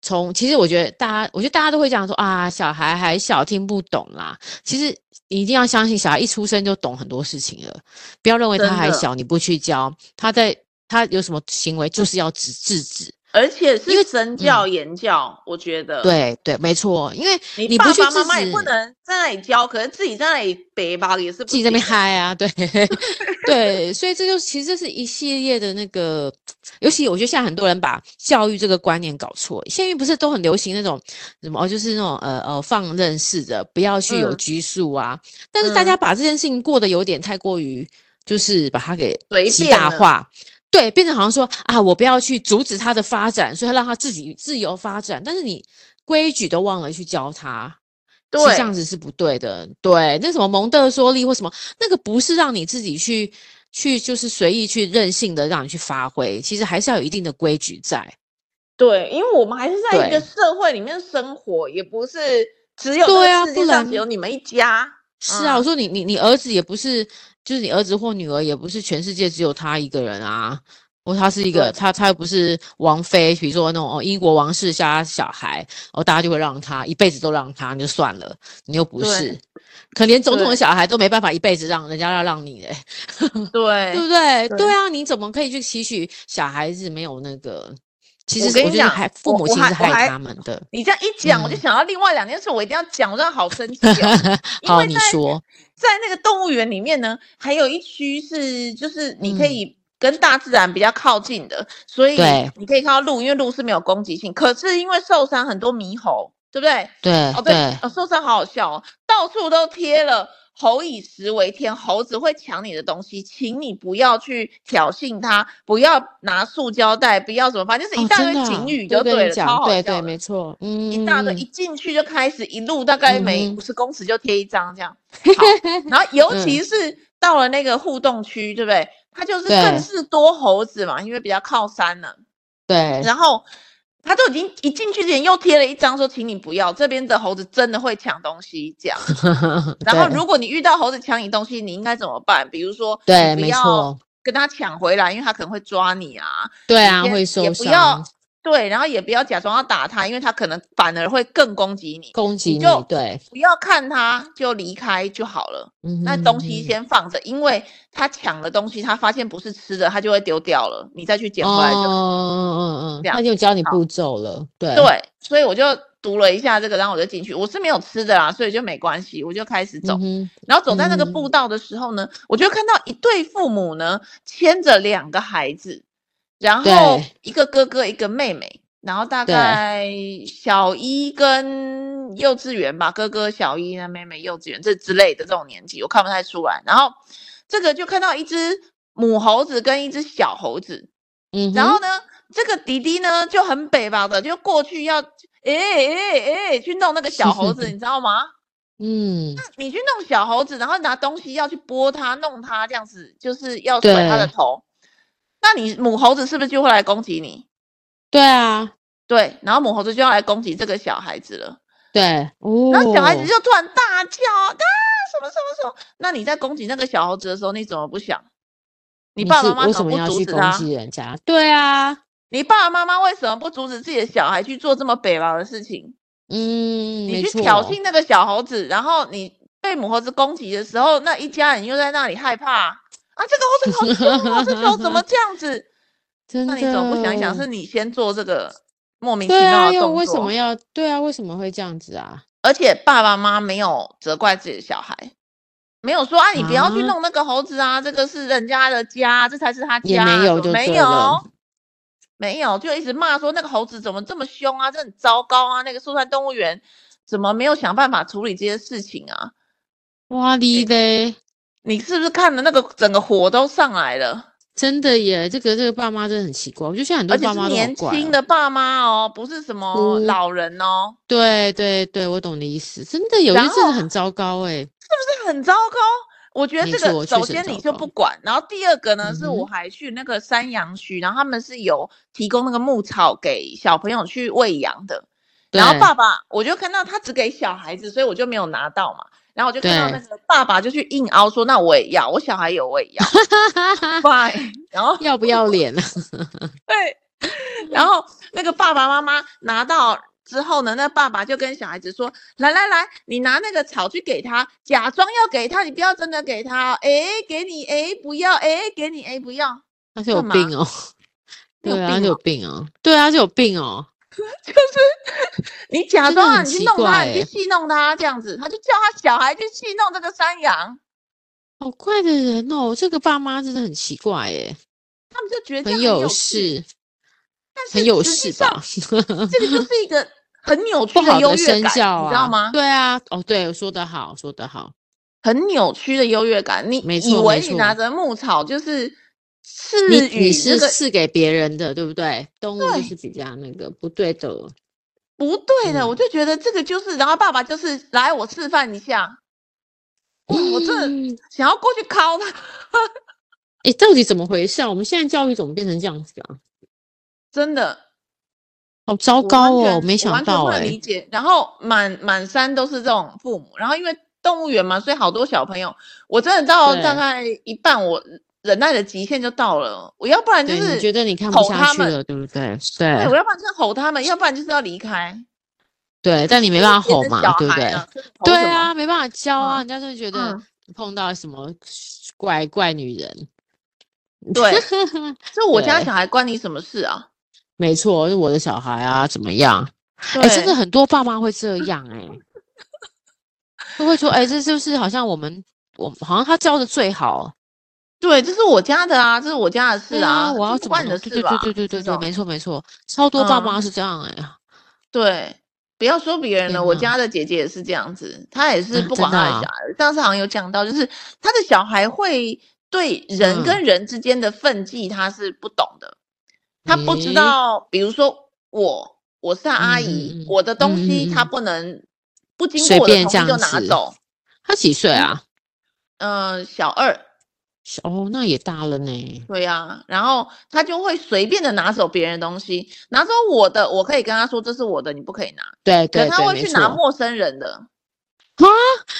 从其实我觉得大家，我觉得大家都会讲说啊，小孩还小听不懂啦。其实你一定要相信，小孩一出生就懂很多事情了，不要认为他
真
还
的
小你不去教，他在他有什么行为就是要制制止。
而且
因
是
为
身
嗯
教言教，我觉得，
对对，没错，因为
你
你不
爸
去
爸
制
妈妈也不
止
能在那里教，可是自己在那里北吧也是不
自己在那边
行的，
嗨啊， 对对，所以这就其实这是一系列的那个，尤其我觉得现在很多人把教育这个观念搞错，现在不是都很流行那种什么，哦，就是那种呃呃放任式的，不要去有
嗯
拘束啊，但是大家把这件事情过得有点太过于，就是把它给
随
极
便
大
了
化。对，变成好像说啊，我不要去阻止他的发展，所以让他自己自由发展。但是你规矩都忘了去教他，是
对
这样子是不对的。对，那什么蒙特梭利或什么，那个不是让你自己去去就是随意去任性的让你去发挥，其实还是要有一定的规矩在。
对，因为我们还是在一个
对
社会里面生活，也不是只有这
对
个
啊
世
不
界上
然
只有你们一家。
是啊，
嗯
我说你你你儿子也不是，就是你儿子或女儿也不是全世界只有他一个人啊，或他是一个
对
他他又不是王妃，比如说那种哦英国王室家小孩，哦大家就会让他一辈子都让他，那就算了，你又不
对
是，可连总统
对
的小孩都没办法一辈子让人家要让你嘞。
对
嗯对不对？
对
对啊，你怎么可以去期许小孩子没有那个其
我
实是
跟
我
你
觉得
讲
还父
我
母
我
其实
还
是
我
害
还
他们的。
你这样一讲，我就
嗯
想到另外两件事，我一定要讲，我真的好生气 哦。因
好，
为
你
在
说，
在那个动物园里面呢，还有一区是就是你可以跟大自然比较靠近的，所以
嗯对
你可以看到鹿，因为鹿是没有攻击性。可是因为受伤很多猕猴，对不对？
对
哦，对，
呃对
哦，受伤好好笑哦，到处都贴了“猴以食为天”，猴子会抢你的东西，请你不要去挑衅它，不要拿塑胶袋，不要什么，反正就是一
哦
大
真
堆
的啊
警语
都
就
跟
对
你
了，
讲
超好
对对，
笑的
没错，嗯，
一大堆，
嗯
一进去就开始一路大概每
嗯哼
五十公尺就贴一 张这样。好然后尤其是到了那个互动区，对不对？它就是
对
更是多猴子嘛，因为比较靠山了。
对，
然后他就已经一进去之前又贴了一张说，请你不要，这边的猴子真的会抢东西 这样。然后
对
如果你遇到猴子抢你东西，你应该怎么办？比如说，
对
你不
没
要
错
跟他抢回来，因为他可能会抓你啊。
对
你
啊，
先
会
也
受
不要
伤，
对，然后也不要假装要打他，因为他可能反而会更攻击你。
攻击你
就，
对，
不要看他就离开就好了，
嗯
那
哼
东西
嗯
先放着，因为他抢了东西，他发现不是吃的，他就会丢掉了，你再去捡回来就好。
哦，嗯嗯嗯嗯，
这样
他就教你
好
步骤了，对
对，所以我就读了一下这个，然后我就进去，我是没有吃的啦，所以就没关系，我就开始走。
嗯哼
然后走在那个
嗯
步道的时候呢，我就看到一对父母呢牵着两个孩子，然后
对
一个哥哥一个妹妹，然后大
对
概小一跟幼稚园吧，哥哥小一，那妹妹幼稚园这之类的这种年纪，我看不太出来。然后这个就看到一只母猴子跟一只小猴子，
嗯哼，
然后呢，这个弟弟呢就很北吧的，就过去要诶诶诶去弄那个小猴子，你知道吗？
嗯，
你去弄小猴子，然后拿东西要去拨它、弄它，这样子就是要甩它的
对
头。那你母猴子是不是就会来攻击你？
对啊，
对，然后母猴子就要来攻击这个小孩子了。
对，
然后小孩
哦
子就突然大叫啊，什么什么什么。那你在攻击那个小猴子的时候，你怎么不想？你
你
爸
是
爸
为
妈妈
什
怎
么
不
要
阻
去
止
攻
他？
击人家？对啊，
你爸爸妈妈为什么不阻止自己的小孩去做这么北吧的事情？
嗯，
你
没
去挑
错
衅那个小猴子，然后你被母猴子攻击的时候，那一家人又在那里害怕啊，这个猴子好凶哦，这球怎么这 样子？
真
那
的，
你怎么不想一想，是你先做这个莫名其
对
妙
啊，
的
又
动
为什
作
么？要对啊？为什么会这样子啊？
而且爸爸妈妈没有责怪自己的小孩，没有说啊，你不要去
啊
弄那个猴子啊，这个是人家的家，这才是他
也
家啊，
没有
怎
就
么没
对了
有。没有，就一直骂说那个猴子怎么这么凶啊，这很糟糕啊！那个宿山动物园怎么没有想办法处理这些事情啊？
哇哩嘞，
你是不是看的那个整个火都上来了？
真的耶，这个这个爸妈真的很奇怪，我觉得现在很多
而且
爸
是
妈都好
年
怪
轻
哦
的爸妈哦，不是什么
嗯
老人哦，
对对对，我懂你的意思，真的有些
然
真的
后
很糟糕哎，
这很糟糕。我觉得
没
这
错
个首
确实很
先你
糟
就
糕
不管，然后第二个呢，是
嗯
我还去那个山羊区，然后他们是有提供那个牧草给小朋友去喂羊的，然后
对
爸爸我就看到他只给小孩子，所以我就没有拿到嘛。然后我就看到那个爸爸就去硬凹说，那我也要，我小孩有我也要 ，fine。然后
要不要脸啊？
对，然后那个爸爸妈妈拿到之后呢，那爸爸就跟小孩子说：“来来来，你拿那个草去给他，假装要给他，你不要真的给他哦。哎，给你，哎，不要，哎，给你，哎，不要。
他是有
干嘛
病哦，
你有
对啊，他
病
是有
哦
病哦，对啊，他是有病哦，
你假
真的
装啊，
很
你去
奇
弄他，
怪
你去
欸
戏弄他，这样子，他就叫他小孩去戏弄这个山羊，
好怪的人哦，这个爸妈真的很奇怪哎，
他们就觉得这
很
样很有趣。
事，
但是
很有
实际
事
上
吧？
这个就是一个很扭曲
不好
优
的
越
身
感，
教啊，
你知道吗？
对啊，哦，对，说得好，说得好，
很扭曲的优越感。你
没
以
错
为
没
你拿
错
着牧草就是赐
你
予
你
那
是
个
赐给别人的，对不对？动物就
对
是比较那个不对的，
不对的，我
嗯
就觉得这个就是，然后爸爸就是来我示范一下，哇，我真的
嗯
想要过去敲他，
诶，到底怎么回事啊？我们现在教育怎么变成这样子啊？
真的
好糟
我
糕
完
哦，
全
没
我
想
完全
到
不能
诶，
理解。然后满满山都是这种父母，然后因为动物园嘛，所以好多小朋友，我真的到
对
大概一半，我忍耐的极限就到了，我要不然就
对，你
是
觉得你看不
吼
下
他
去
们，
了，对不对？
对，
对
我要不然就是吼他们，要不然就是要离开。
对，但你没办法吼嘛，对不对？
对？
对啊，，没办法教啊，
嗯
人家就会觉得
嗯，
你碰到什么怪怪女人，
对，就我 家
对
小孩关你什么事啊？
没错，是我的小孩啊，怎么样？哎、真的很多爸妈会这样哎、就会说哎、这就是好像我们我好像他教的最好，
对，这是我家的啊，这是我家的事
对
啊，
我要
这
怎么
不关你
弄？
的
对对
事吧？
对对对对
这
对，
种
没错没错，超多爸
嗯
妈是这样哎、
对，不要说别人了，
天
我
哪
家的姐姐也是这样子，她也是
啊
不
真
管
的
她的
啊
小孩。上次好像有讲到，就是她的小孩会对人
嗯
跟人之间的分际，她是不懂的，她不知
咦
道，比如说我，我是她阿姨，
嗯嗯嗯
我的东
嗯
西
嗯嗯
她不能不经
随
过我的
便
同
这
意就
样
拿
子
走。
他几岁啊？
嗯、小二，
小哦，那也大了呢。
对呀、然后她就会随便的拿走别人的东西，拿走我的，我可以跟她说这是我的，你不可以拿，
对
可
对
她
对，
会
没
去拿
错。
陌生人的，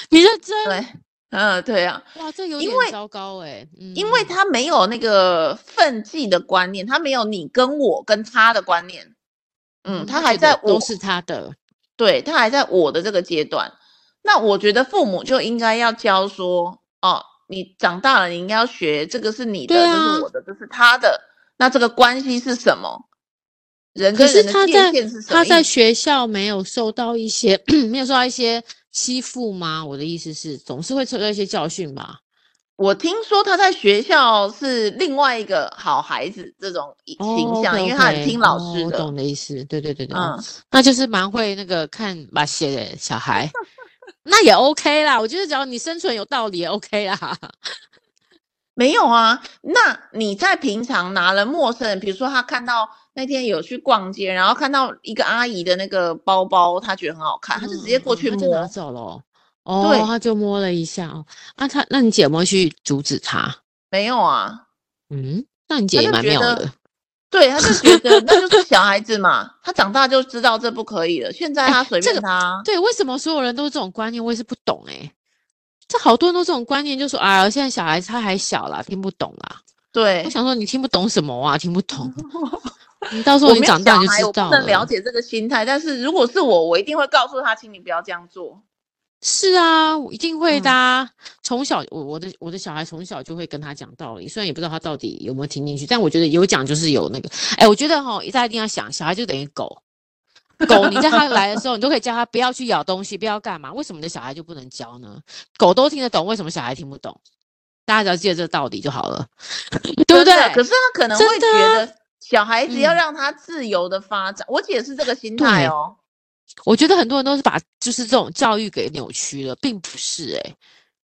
你认真
对，嗯，对呀、
哇，这有
因
点
为
糟糕哎、嗯
因为他没有那个分际的观念，他没有你跟我跟他的观念，嗯，他还
觉得
在我
都是他的，
对他还在我的这个阶段，那我觉得父母就应该要教说，哦，你长大了，你应该要学这个是你的，
对
这
啊
是我的，这是他的，那这个关系是什么？人
可
跟
是
人的
他
界
在
限是什么
他
意
在
思
学校没有受到一些 没有受到一些欺负吗？我的意思是，总是会受到一些教训吧。
我听说他在学校是另外一个好孩子这种形
哦
象，
，OK，OK，
因为他很听老
哦
师
我
的，
懂的意思。对对对对，哦
嗯，
那就是蛮会那个看马戏的小 孩，那也 OK 啦。我觉得只要你生存有道理也 OK
啊
啦。
没有啊，那你在平常拿了陌生人，比如说他看到那天有去逛街，然后看到一个阿姨的那个包包，他觉得很好看，他就直接过
嗯嗯嗯
去
他就拿
摸。
走了哦。
对
哦，他就摸了一下哦。啊，他那你姐有没有去阻止他？
没有啊，
嗯，那你姐
他
也
就
蛮
觉
妙
得
的。
对，他就觉得那就是小孩子嘛，他长大就知道这不可以了。现在
哎
他随
这
便
个
他啊，
对，为什么所有人都这种观念？我也是不懂哎、这好多人都这种观念，就说啊，现在小孩子他还小啦，听不懂啦。
对
我，想说，你听不懂什么啊？听不 懂。你到时候
我
你
没有
长大
小
你就
孩
知
我
道
不能了
了。
解这个心态，但是如果是我，我一定会告诉他，请你不要这样做。
是啊，我一定会的
嗯
啊、从小，我我的我的小孩从小就会跟他讲道理，虽然也不知道他到底有没有听进去，但我觉得有讲就是有那个。哎，我觉得哈，大家一定要想，小孩就等于狗。狗，你在它来的时候，你都可以叫它不要去咬东西，不要干嘛？为什么你的小孩就不能教呢？狗都听得懂，为什么小孩听不懂？大家只要记得这个道理就好了， 对不
真
对
的？可是他可能
真
会
的
觉
啊
得小孩子要
嗯
让他自由的发展，我姐是这个心态
对
哦。
我觉得很多人都是把就是这种教育给扭曲了，并不是哎、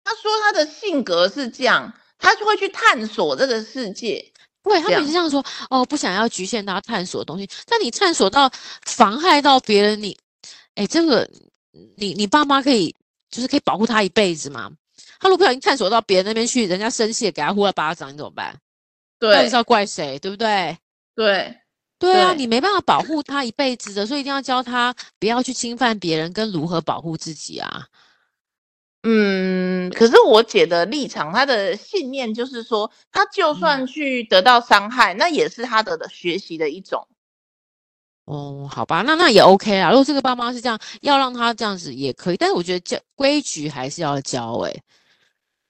他说他的性格是这样，他就会去探索这个世界。
对他们
这样
也是这样说哦，不想要局限到探索的东西，但你探索到妨害到别人，你，哎，这个你你爸妈可以就是可以保护他一辈子吗？他如果不小心探索到别人那边去，人家生气了给他呼了巴掌，你怎么办？到底
对
是要怪谁，对不对？
对
对啊，
对
你没办法保护他一辈子的，所以一定要教他不要去侵犯别人，跟如何保护自己啊。
嗯，可是我姐的立场，她的信念就是说，她就算去得到伤害，那也是她的的学习的一种。
哦，好吧，那那也 OK 啦。如果这个爸妈是这样，要让他这样子也可以，但是我觉得教规矩还是要教、欸，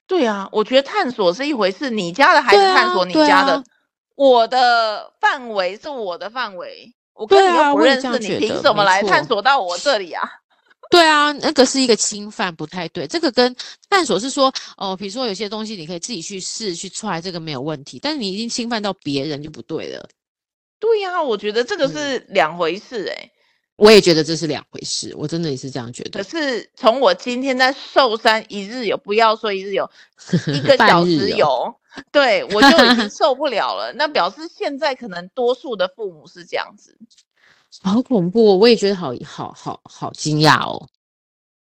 对啊，我觉得探索是一回事，你家的孩子
对啊
探索你
对
家的，
啊
我的范围是我的范围，我跟
对
你又
啊
不
我也
认
这样
识，你
觉
凭
得
什么
没
来探
错
索到我这里啊？
对啊，那个是一个侵犯，不太对。这个跟探索是说，哦，比如说有些东西你可以自己去试去 try，这个没有问题。但是你已经侵犯到别人就不对了。
对呀、我觉得这个
嗯
是两回事哎、
我也觉得这是两回事，我真的也是这样觉
可
得。
是从我今天在寿山一日游，不要说一日游，一 个
半
小
日
时
游
游，对我就 已经受不了了。那表示现在可能多数的父母是这样子，
好恐怖、哦，我也觉得好好好好惊讶哦。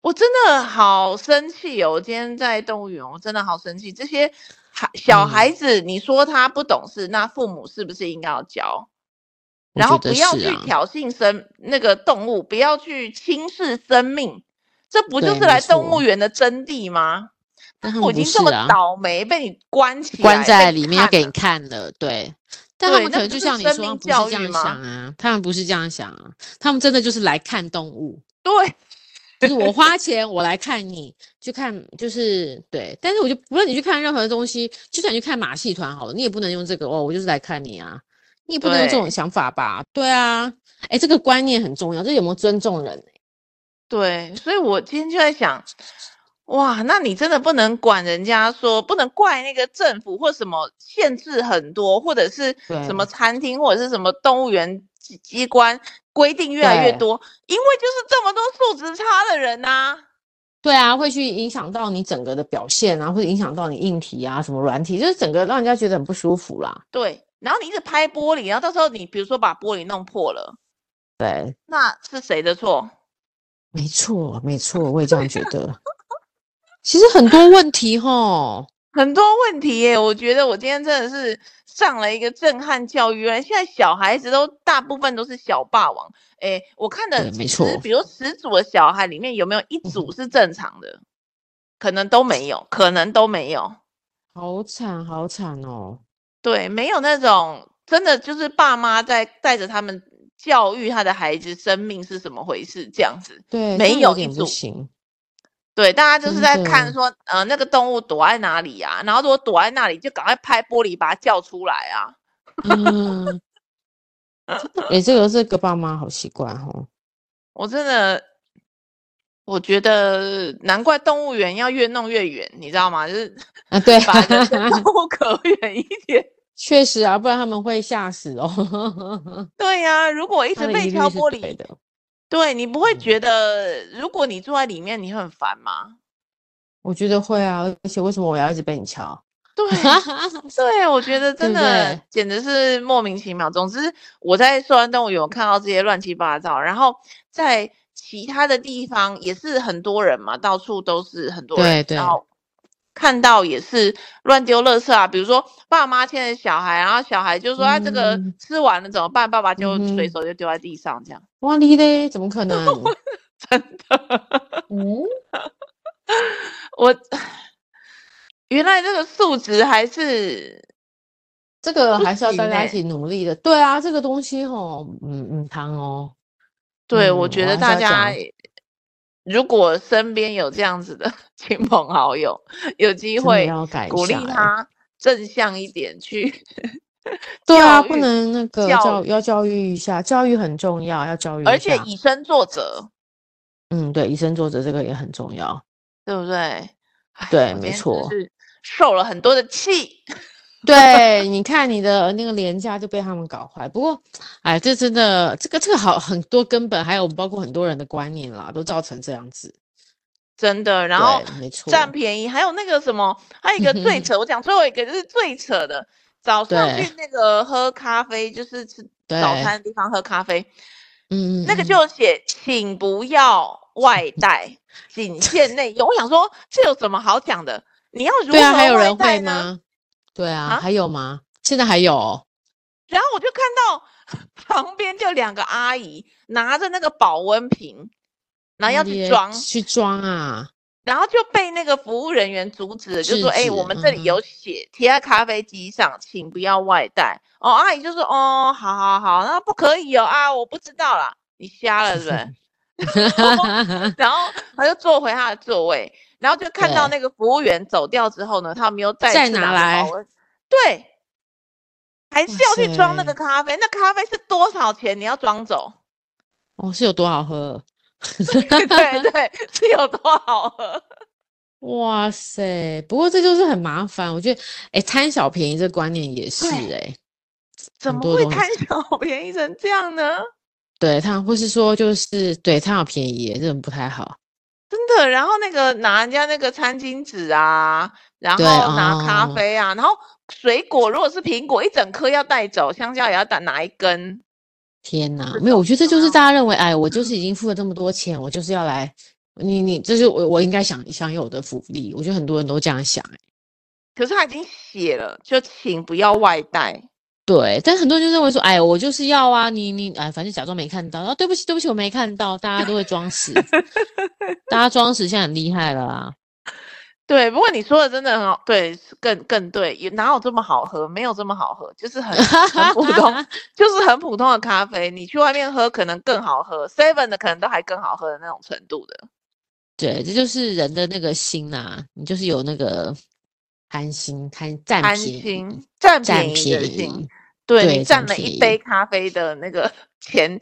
我真的好生气哦！我今天在动物园，我真的好生气。这些孩小
嗯
孩子，你说他不懂事，那父母是不是应该要教？
我
然后
觉
不
得
要
是
去
啊，
挑衅生那个动物，不要去轻视生命，这不就
对
是来
没
动物
错
园的真谛吗？
但他
我
们
已经
不
这
是
么
啊，
倒霉，被你关起来，
关在
被
里面要
看
给
了
你看了，对。但他
对
们
那
可能
不
就是像你
生
说，他
命
们不是
教
这
育
样
吗
想啊，他们不是这样想啊，他们真的就是来看动 物。
对
就是我花钱我来看你，去看就是对，但是我就不论你去看任何东西，就算你去看马戏团好了，你也不能用这个哦，我就是来看你啊，你也不能有这种
对
想法吧？对啊，哎，这个观念很重要，这有没有尊重人、欸
对，所以我今天就在想，哇，那你真的不能管人家说，不能怪那个政府或什么限制很多，或者是什么餐厅或者是什么动物园机机关规定越来越
对
多，因为就是这么多素质差的人呐、
对啊，会去影响到你整个的表现啊，或者影响到你硬体啊，什么软体，就是整个让人家觉得很不舒服啦。
对，然后你一直拍玻璃，然后到时候你比如说把玻璃弄破了，
对，
那是谁的错？
没错，没错，我也这样觉 得。其实很多问题吼，
很多问题耶，我觉得我今天真的是上了一个震撼教育。原来现在小孩子都大部分都是小霸王，哎，我看的
对没
十
错嗯
比如十组的小孩里面有没有一组是正常的？可能都没有，可能都没有。
好惨，好惨哦。
对，没有那种真的就是爸妈在带着他们教育他的孩子生命是怎么回事这样子。
对，
没
这样
有
有
一
点不
组
行。
对，大家就是
真
在
的
看说，呃，那个动物躲在哪里啊？然后如果躲在那里，就赶快拍玻璃把它叫出来啊。
嗯，哎、这个这个爸妈好奇怪哦。
我真的，我觉得难怪动物园要越弄越远，你知道吗？就是，
啊，对
把人跟
嗯
动物隔远一点。
确实啊，不然他们会吓死哦。
对呀、如果一
他
直
的
被
疑虑
敲
是
玻
对
璃，
的，
对你不会
嗯
觉得，如果你坐在里面，你会很烦吗？
我觉得会啊。而且为什么我要一直被你敲？
对对，我觉得真
对不
的
对
简直是莫名其妙。总之，我在寿山动物园有看到这些乱七八糟，然后在其他的地方也是很多人嘛，到处都是很多人，
对
然
对
后看到也是乱丢垃圾啊，比如说爸妈牵着小孩，然后小孩就说、啊这个
嗯
吃完了怎么办？爸爸就随
嗯哼
手就丢在地上，这样
哇你嘞，怎么可 能？
真的。
嗯，
我 原来这个素质还是
这个
不
还是要大
行
家
欸
一起努力的。对啊，这个东西吼，嗯嗯，汤哦，
对，我
嗯
觉
我
得
还是
大
要
家
讲
也如果身边有这样子的 亲朋好友，有机
真的
会
要改一
鼓励
下欸。
他正向一点去
对啊，
教
不
育，
能那个
教
教要教育一下，教育很重要，要教育一下。
而且以身作则，
嗯，对，以身作则这个也很重要。
对不对？唉
对没
我今天真
错
是受了很多的气。
对， 你看你的那个廉价就被他们搞坏。不过，哎，这真的，这个这个好很多根本，还有包括很多人的观念啦，都造成这样子。
真的，然后
对没错，
占便宜，还有那个什么，还有一个 最扯，我讲最后一个就是最扯的，早上
对
去那个喝咖啡，就是吃
对
早餐的地方喝咖啡，
嗯，嗯
那个
嗯
就写请不要外 带，仅限内用。我想说，这有什么好讲的？你要如
对啊，
何
还有
外
人
带
会
呢？
吗？对啊，
啊
还有吗？现在还有哦、
然后我就看到旁边就两个阿姨拿着那个保温瓶，然后要
你
去
哦也
装，
去装 啊，
然后就被那个服务人员阻止了，就
制
说：“哎、
止
我们这里有写贴在咖啡机上，请不要外带。”哦，阿姨就说：“哦，好好好，那不可以哦啊，我不知道啦，你瞎了是不是？”然后他就坐回他的座位，然后就看到
对
那个服务员走掉之后呢，他们又再
再
次
拿
着
来
保温，对，还是
哇
要去装那
塞
个咖啡。那咖啡是多少钱？你要装走？
哦，是有多好喝？
对对对，是有多好喝？
哇塞！不过这就是很麻烦，我觉得，哎，贪小便宜这观念也是、
对
哎，
怎
很
么
多
会
东西
贪小便宜成这样呢？
对他，或是说就是对贪小便宜，这种不太好。
真的，然后那个拿人家那个餐巾纸啊，然后
对
拿咖
哦
啡啊，然后水果如果是苹果一整颗要带走，香蕉也要带拿一根。
天哪
这，
没有，我
种
觉得这
有
就
没
是
有
大家认为，哎，我就是已经付了这么多钱，我就是要来，你你，这是我我应该享享有的福利。我觉得很多人都这样想、哎，
可是他已经写了，就请不要外带。
对，但很多人就认为说，哎，我就是要啊，你你，哎，反正假装没看到，然后对不起对不起，我没看到，大家都会装死，大家装死现在很厉害了啊。
对，不过你说的真的很好，对，是更更对，也哪有这么好喝？没有这么好喝，就是很很普 通，就是很普通的咖啡。你去外面喝可能更好喝，Seven 的可能都还更好喝的那种程度的。
对，这就是人的那个心呐、你就是有那个贪心、贪占
安
便宜、
心占
占
便宜
便
的心
宜，
对
对
你占
占
了
便
一杯咖啡的那个 钱，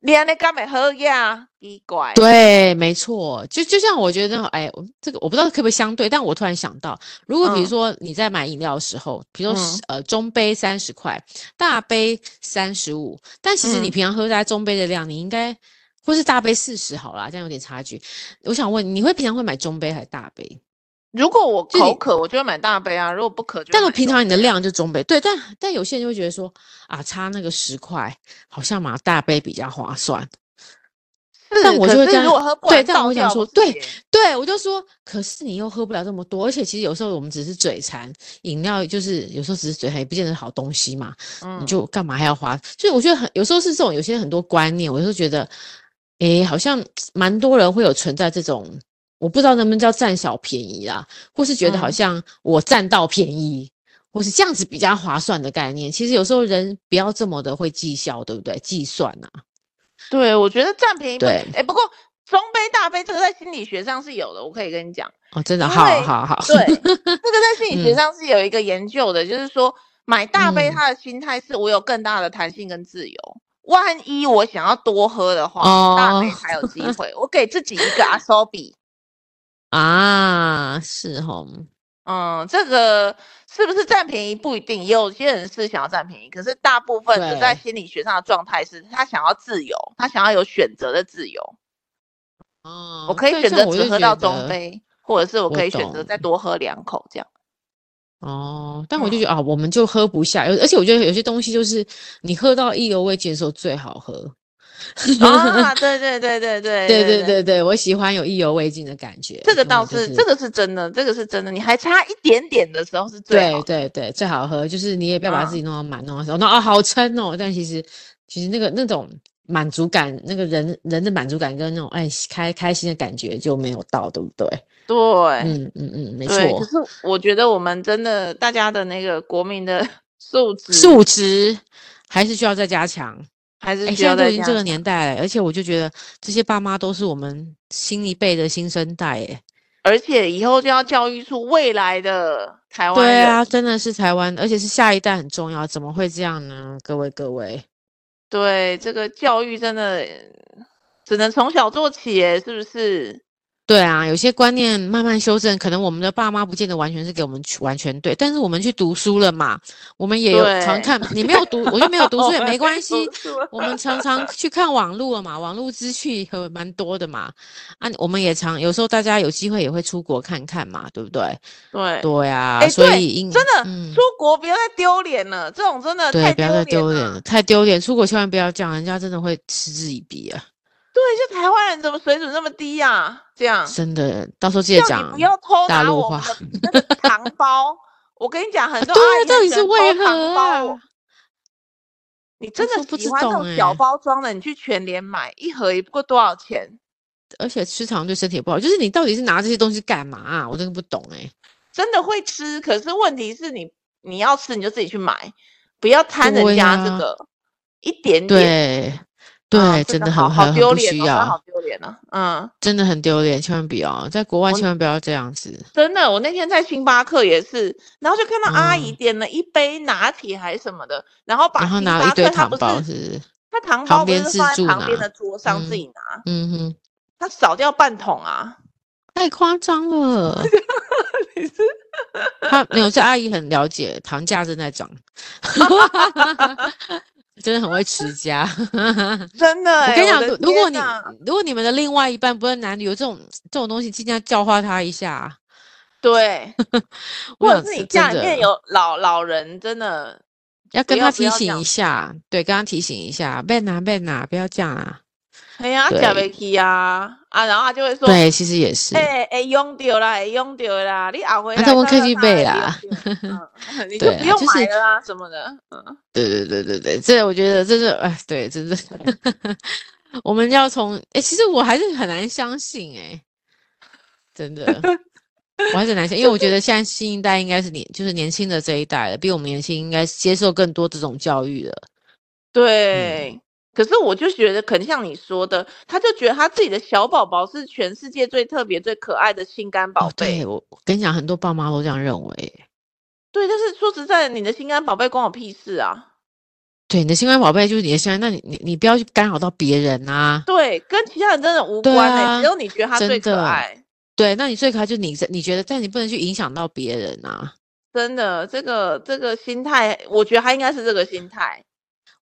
你安尼干没喝呀？奇怪，
对，没错，就就像我觉得，哎，我这个我不知道可不可以相对，但我突然想到，如果比如
嗯
说你在买饮料的时候，比如说
嗯
十、呃中杯三十块，大杯三十五，但其实你
嗯
平常喝在中杯的量，你应该或是大杯四十好啦，这样有点差距。我想问，你会平常会买中杯还是大杯？
如果我
就你
口渴，我就会买大杯啊；如果不渴就会买
但
中，
我平常
啊
你的量就中杯，对，但但有些人就会觉得说啊，差那个十块，好像买大杯比较划算。
是，
但我
可
就会
是
这样
如果喝不
对
完
但我
倒
想
掉
说
不是
对
也
对，我就说，可是你又喝不了这么多，而且其实有时候我们只是嘴馋，饮料就是有时候只是嘴馋，也不见得是好东西嘛，
嗯
你就干嘛还要花？所以我觉得很有时候是这种有些很多观念，我就觉得，诶，好像蛮多人会有存在这种，我不知道能不能叫占小便宜啦，或是觉得好
嗯
像我占到便宜。或是这样子比较划算的概念，其实有时候人不要这么的会计较，对不对？计算呐、
对，我觉得占便宜不
对
哎、不过中杯大杯这个在心理学上是有的，我可以跟 你讲。
哦，真的，
因
好
为
好好，
对，这个在心理学
嗯
上是有一个研究的，就是说买大杯，
嗯
他的心态是我有更大的弹性跟自由。万一我想要多喝的话，大杯
哦
才有机会。我给自己一个阿 s o 比，
啊，是吼，
嗯，这个是不是占便宜不一定，有些人是想要占便宜，可是大部分的在
对
心理学上的状态是他想要自由，他想要有选择的自由。
哦，
我可以
对
选
这
择
样我
只
就
喝
觉
到中
得
杯，或者是我
我
可以选择再多喝两口这样。
哦，但我就
嗯
觉得啊，我们就喝不下，有而且我觉得有些东西就是你喝到意犹未尽的时候最好喝。
啊，对对对对 对
对对
对
对对，我喜欢有意犹未尽的感觉。
这个
跟
倒，
我就是
这个是真的，这个是真的，你还差一点点的时候是最好
对
的。
对对最好喝，就是你也不要把
啊
自己弄到满，弄到说那啊好撑哦。但其实其实那个那种满足感，那个人人的满足感跟那种哎开开心的感觉就没有到，对不对？
对，
嗯嗯嗯，没
对。
错
可。是我觉得我们真的大家的那个国民的素质
素质还是需要再加强。
还是
哎，
需
现
要
在都
再
已经这个
加。
年代了，而且我就觉得这些爸妈都是我们新一辈的新生代，哎，
而且以后就要教育出未来的台湾
对
人。
啊，真的是台湾，而且是下一代很重要，怎么会这样呢？各位各位，
对，这个教育真的只能从小做起耶，是不是？
对啊，有些观念慢慢修正，可能我们的爸妈不见得完全是给我们去完全对，但是我们去读书了嘛，我们也有常
对
看，你没有读，我就没有 读书也没关系，
读书
我们常常去看网络了嘛，网络资讯和蛮多的嘛。啊，我们也常有时候大家有机会也会出国看看嘛，对不对？
对。
对啊，
哎
所
对
以应
真的、
嗯
出国不要再丢脸了，这种真的
对，
太
不要再丢脸
脸
了，
了。
太丢脸，出国千万不要这样，人家真的会嗤之以鼻啊！
对，就台湾人怎么水准那么低呀、这样，
真的，到时候记得
嗯叫你
讲
不要偷
大
拿
陆
我
话
们的那个糖 包。我跟你讲，很
啊
多
对
阿
啊
姨
到
很
底
喜
是
欢
为
偷糖
何
包
啊
我你真
说不
的喜
知
欢那
懂
种小
欸
包装的，你去全联买一盒也不过多少钱。
而且吃糖对身体也不好，就是你到底是拿这些东西干嘛啊、我真的不懂哎、
真的会吃，可是问题是你你要吃你就自己去买，不要贪人
对
家这
啊
个、一点点。
对，对，
哎啊
真的
的
很
好好
很很
丢
不
脸
需
哦，真的好
要，
丢脸啊！嗯，
真的很丢脸，千万不要，在国外
我
千万不要这样子。
真的，我那天在星巴克也是，然后就看到阿姨
嗯
点了一杯拿铁还是什么的，然后把
然后
星
拿了
巴
一堆
克它
糖
不是
包，是不是？
它糖
旁
包不
边
是
自
放在
助
旁
拿
边的桌上自
嗯
己拿，
嗯哼，
它少掉半桶啊。
太夸张 了。他没有，这阿姨很了解糖价正在 涨，
哎
真的很会持家。
真的、
我
欸，
跟你讲，
的
如如果
天
你
哪
如果你们的另外一半不是男女，有这种这种东西，尽量教化他一下。
对，
我
或者
想
是
是
你家
真
里面
的
有老老人，真的
要
不
跟
要
他
不
提
要这
醒
样
一下，对，跟他提醒一下，别拿别拿，不要这样啊。
哎呀，
对
假袂去啊啊，然后他就会说，
对，其实也是，
哎、会用掉啦，会用掉啦，你后回
啊
来
再问
看
科
到
技
它
贝
会
啦
用掉， 嗯，你就
对
不
啊
用
就
买
是
了啊什么的，嗯，
对对对对对，这我觉得这是哎，对，这是 我们要从哎，其实我还是很难相信哎，真的，我还是很难相信，因为我觉得现在新一代应该是年就是年轻的这一代了，比我们年轻应该接受更多这种教育了。嗯
对。可是我就觉得，可能像你说的，他就觉得他自己的小宝宝是全世界最特别、最可爱的心肝宝
哦，
贝。
对我我跟你讲，很多爸妈都这样认为。
对，但是说实在的，你的心肝宝贝关我屁事啊！
对，你的心肝宝贝就是你的心肝，那你你你不要去干扰到别人啊。
对，跟其他人真的无
对
关哎、
啊
只有你觉得他
真
最可
的
爱，
对，那你最可爱就是你在，你觉得，但你不能去影响到别人啊。
真的，这个这个心态，我觉得他应该是这个心态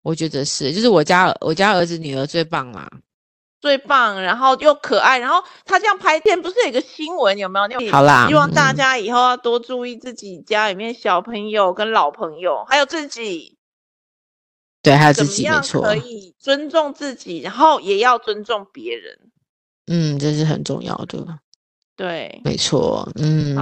我觉得是，就是我家我家儿子女儿最棒啦。
最棒，然后又可爱，然后他这样拍片，不是有一个新闻有没有？你
好啦，
希望大
嗯
家以后要多注意自己家里面小朋友跟老朋友，还有自己
对，还有
怎
自
么
己没
样
错，啊
可以尊重自己，然后也要尊重别人。
嗯，这是很重要的，
对，
没错，嗯，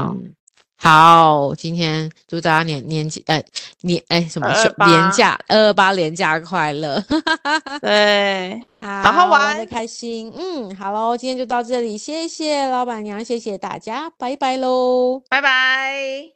好，今天祝大家年年节，哎，年哎什么
228
休年假二二八年假快乐，
对，
好
好玩
的开心，嗯，好喽，今天就到这里，谢谢老板娘，谢谢大家，拜拜喽。
拜拜。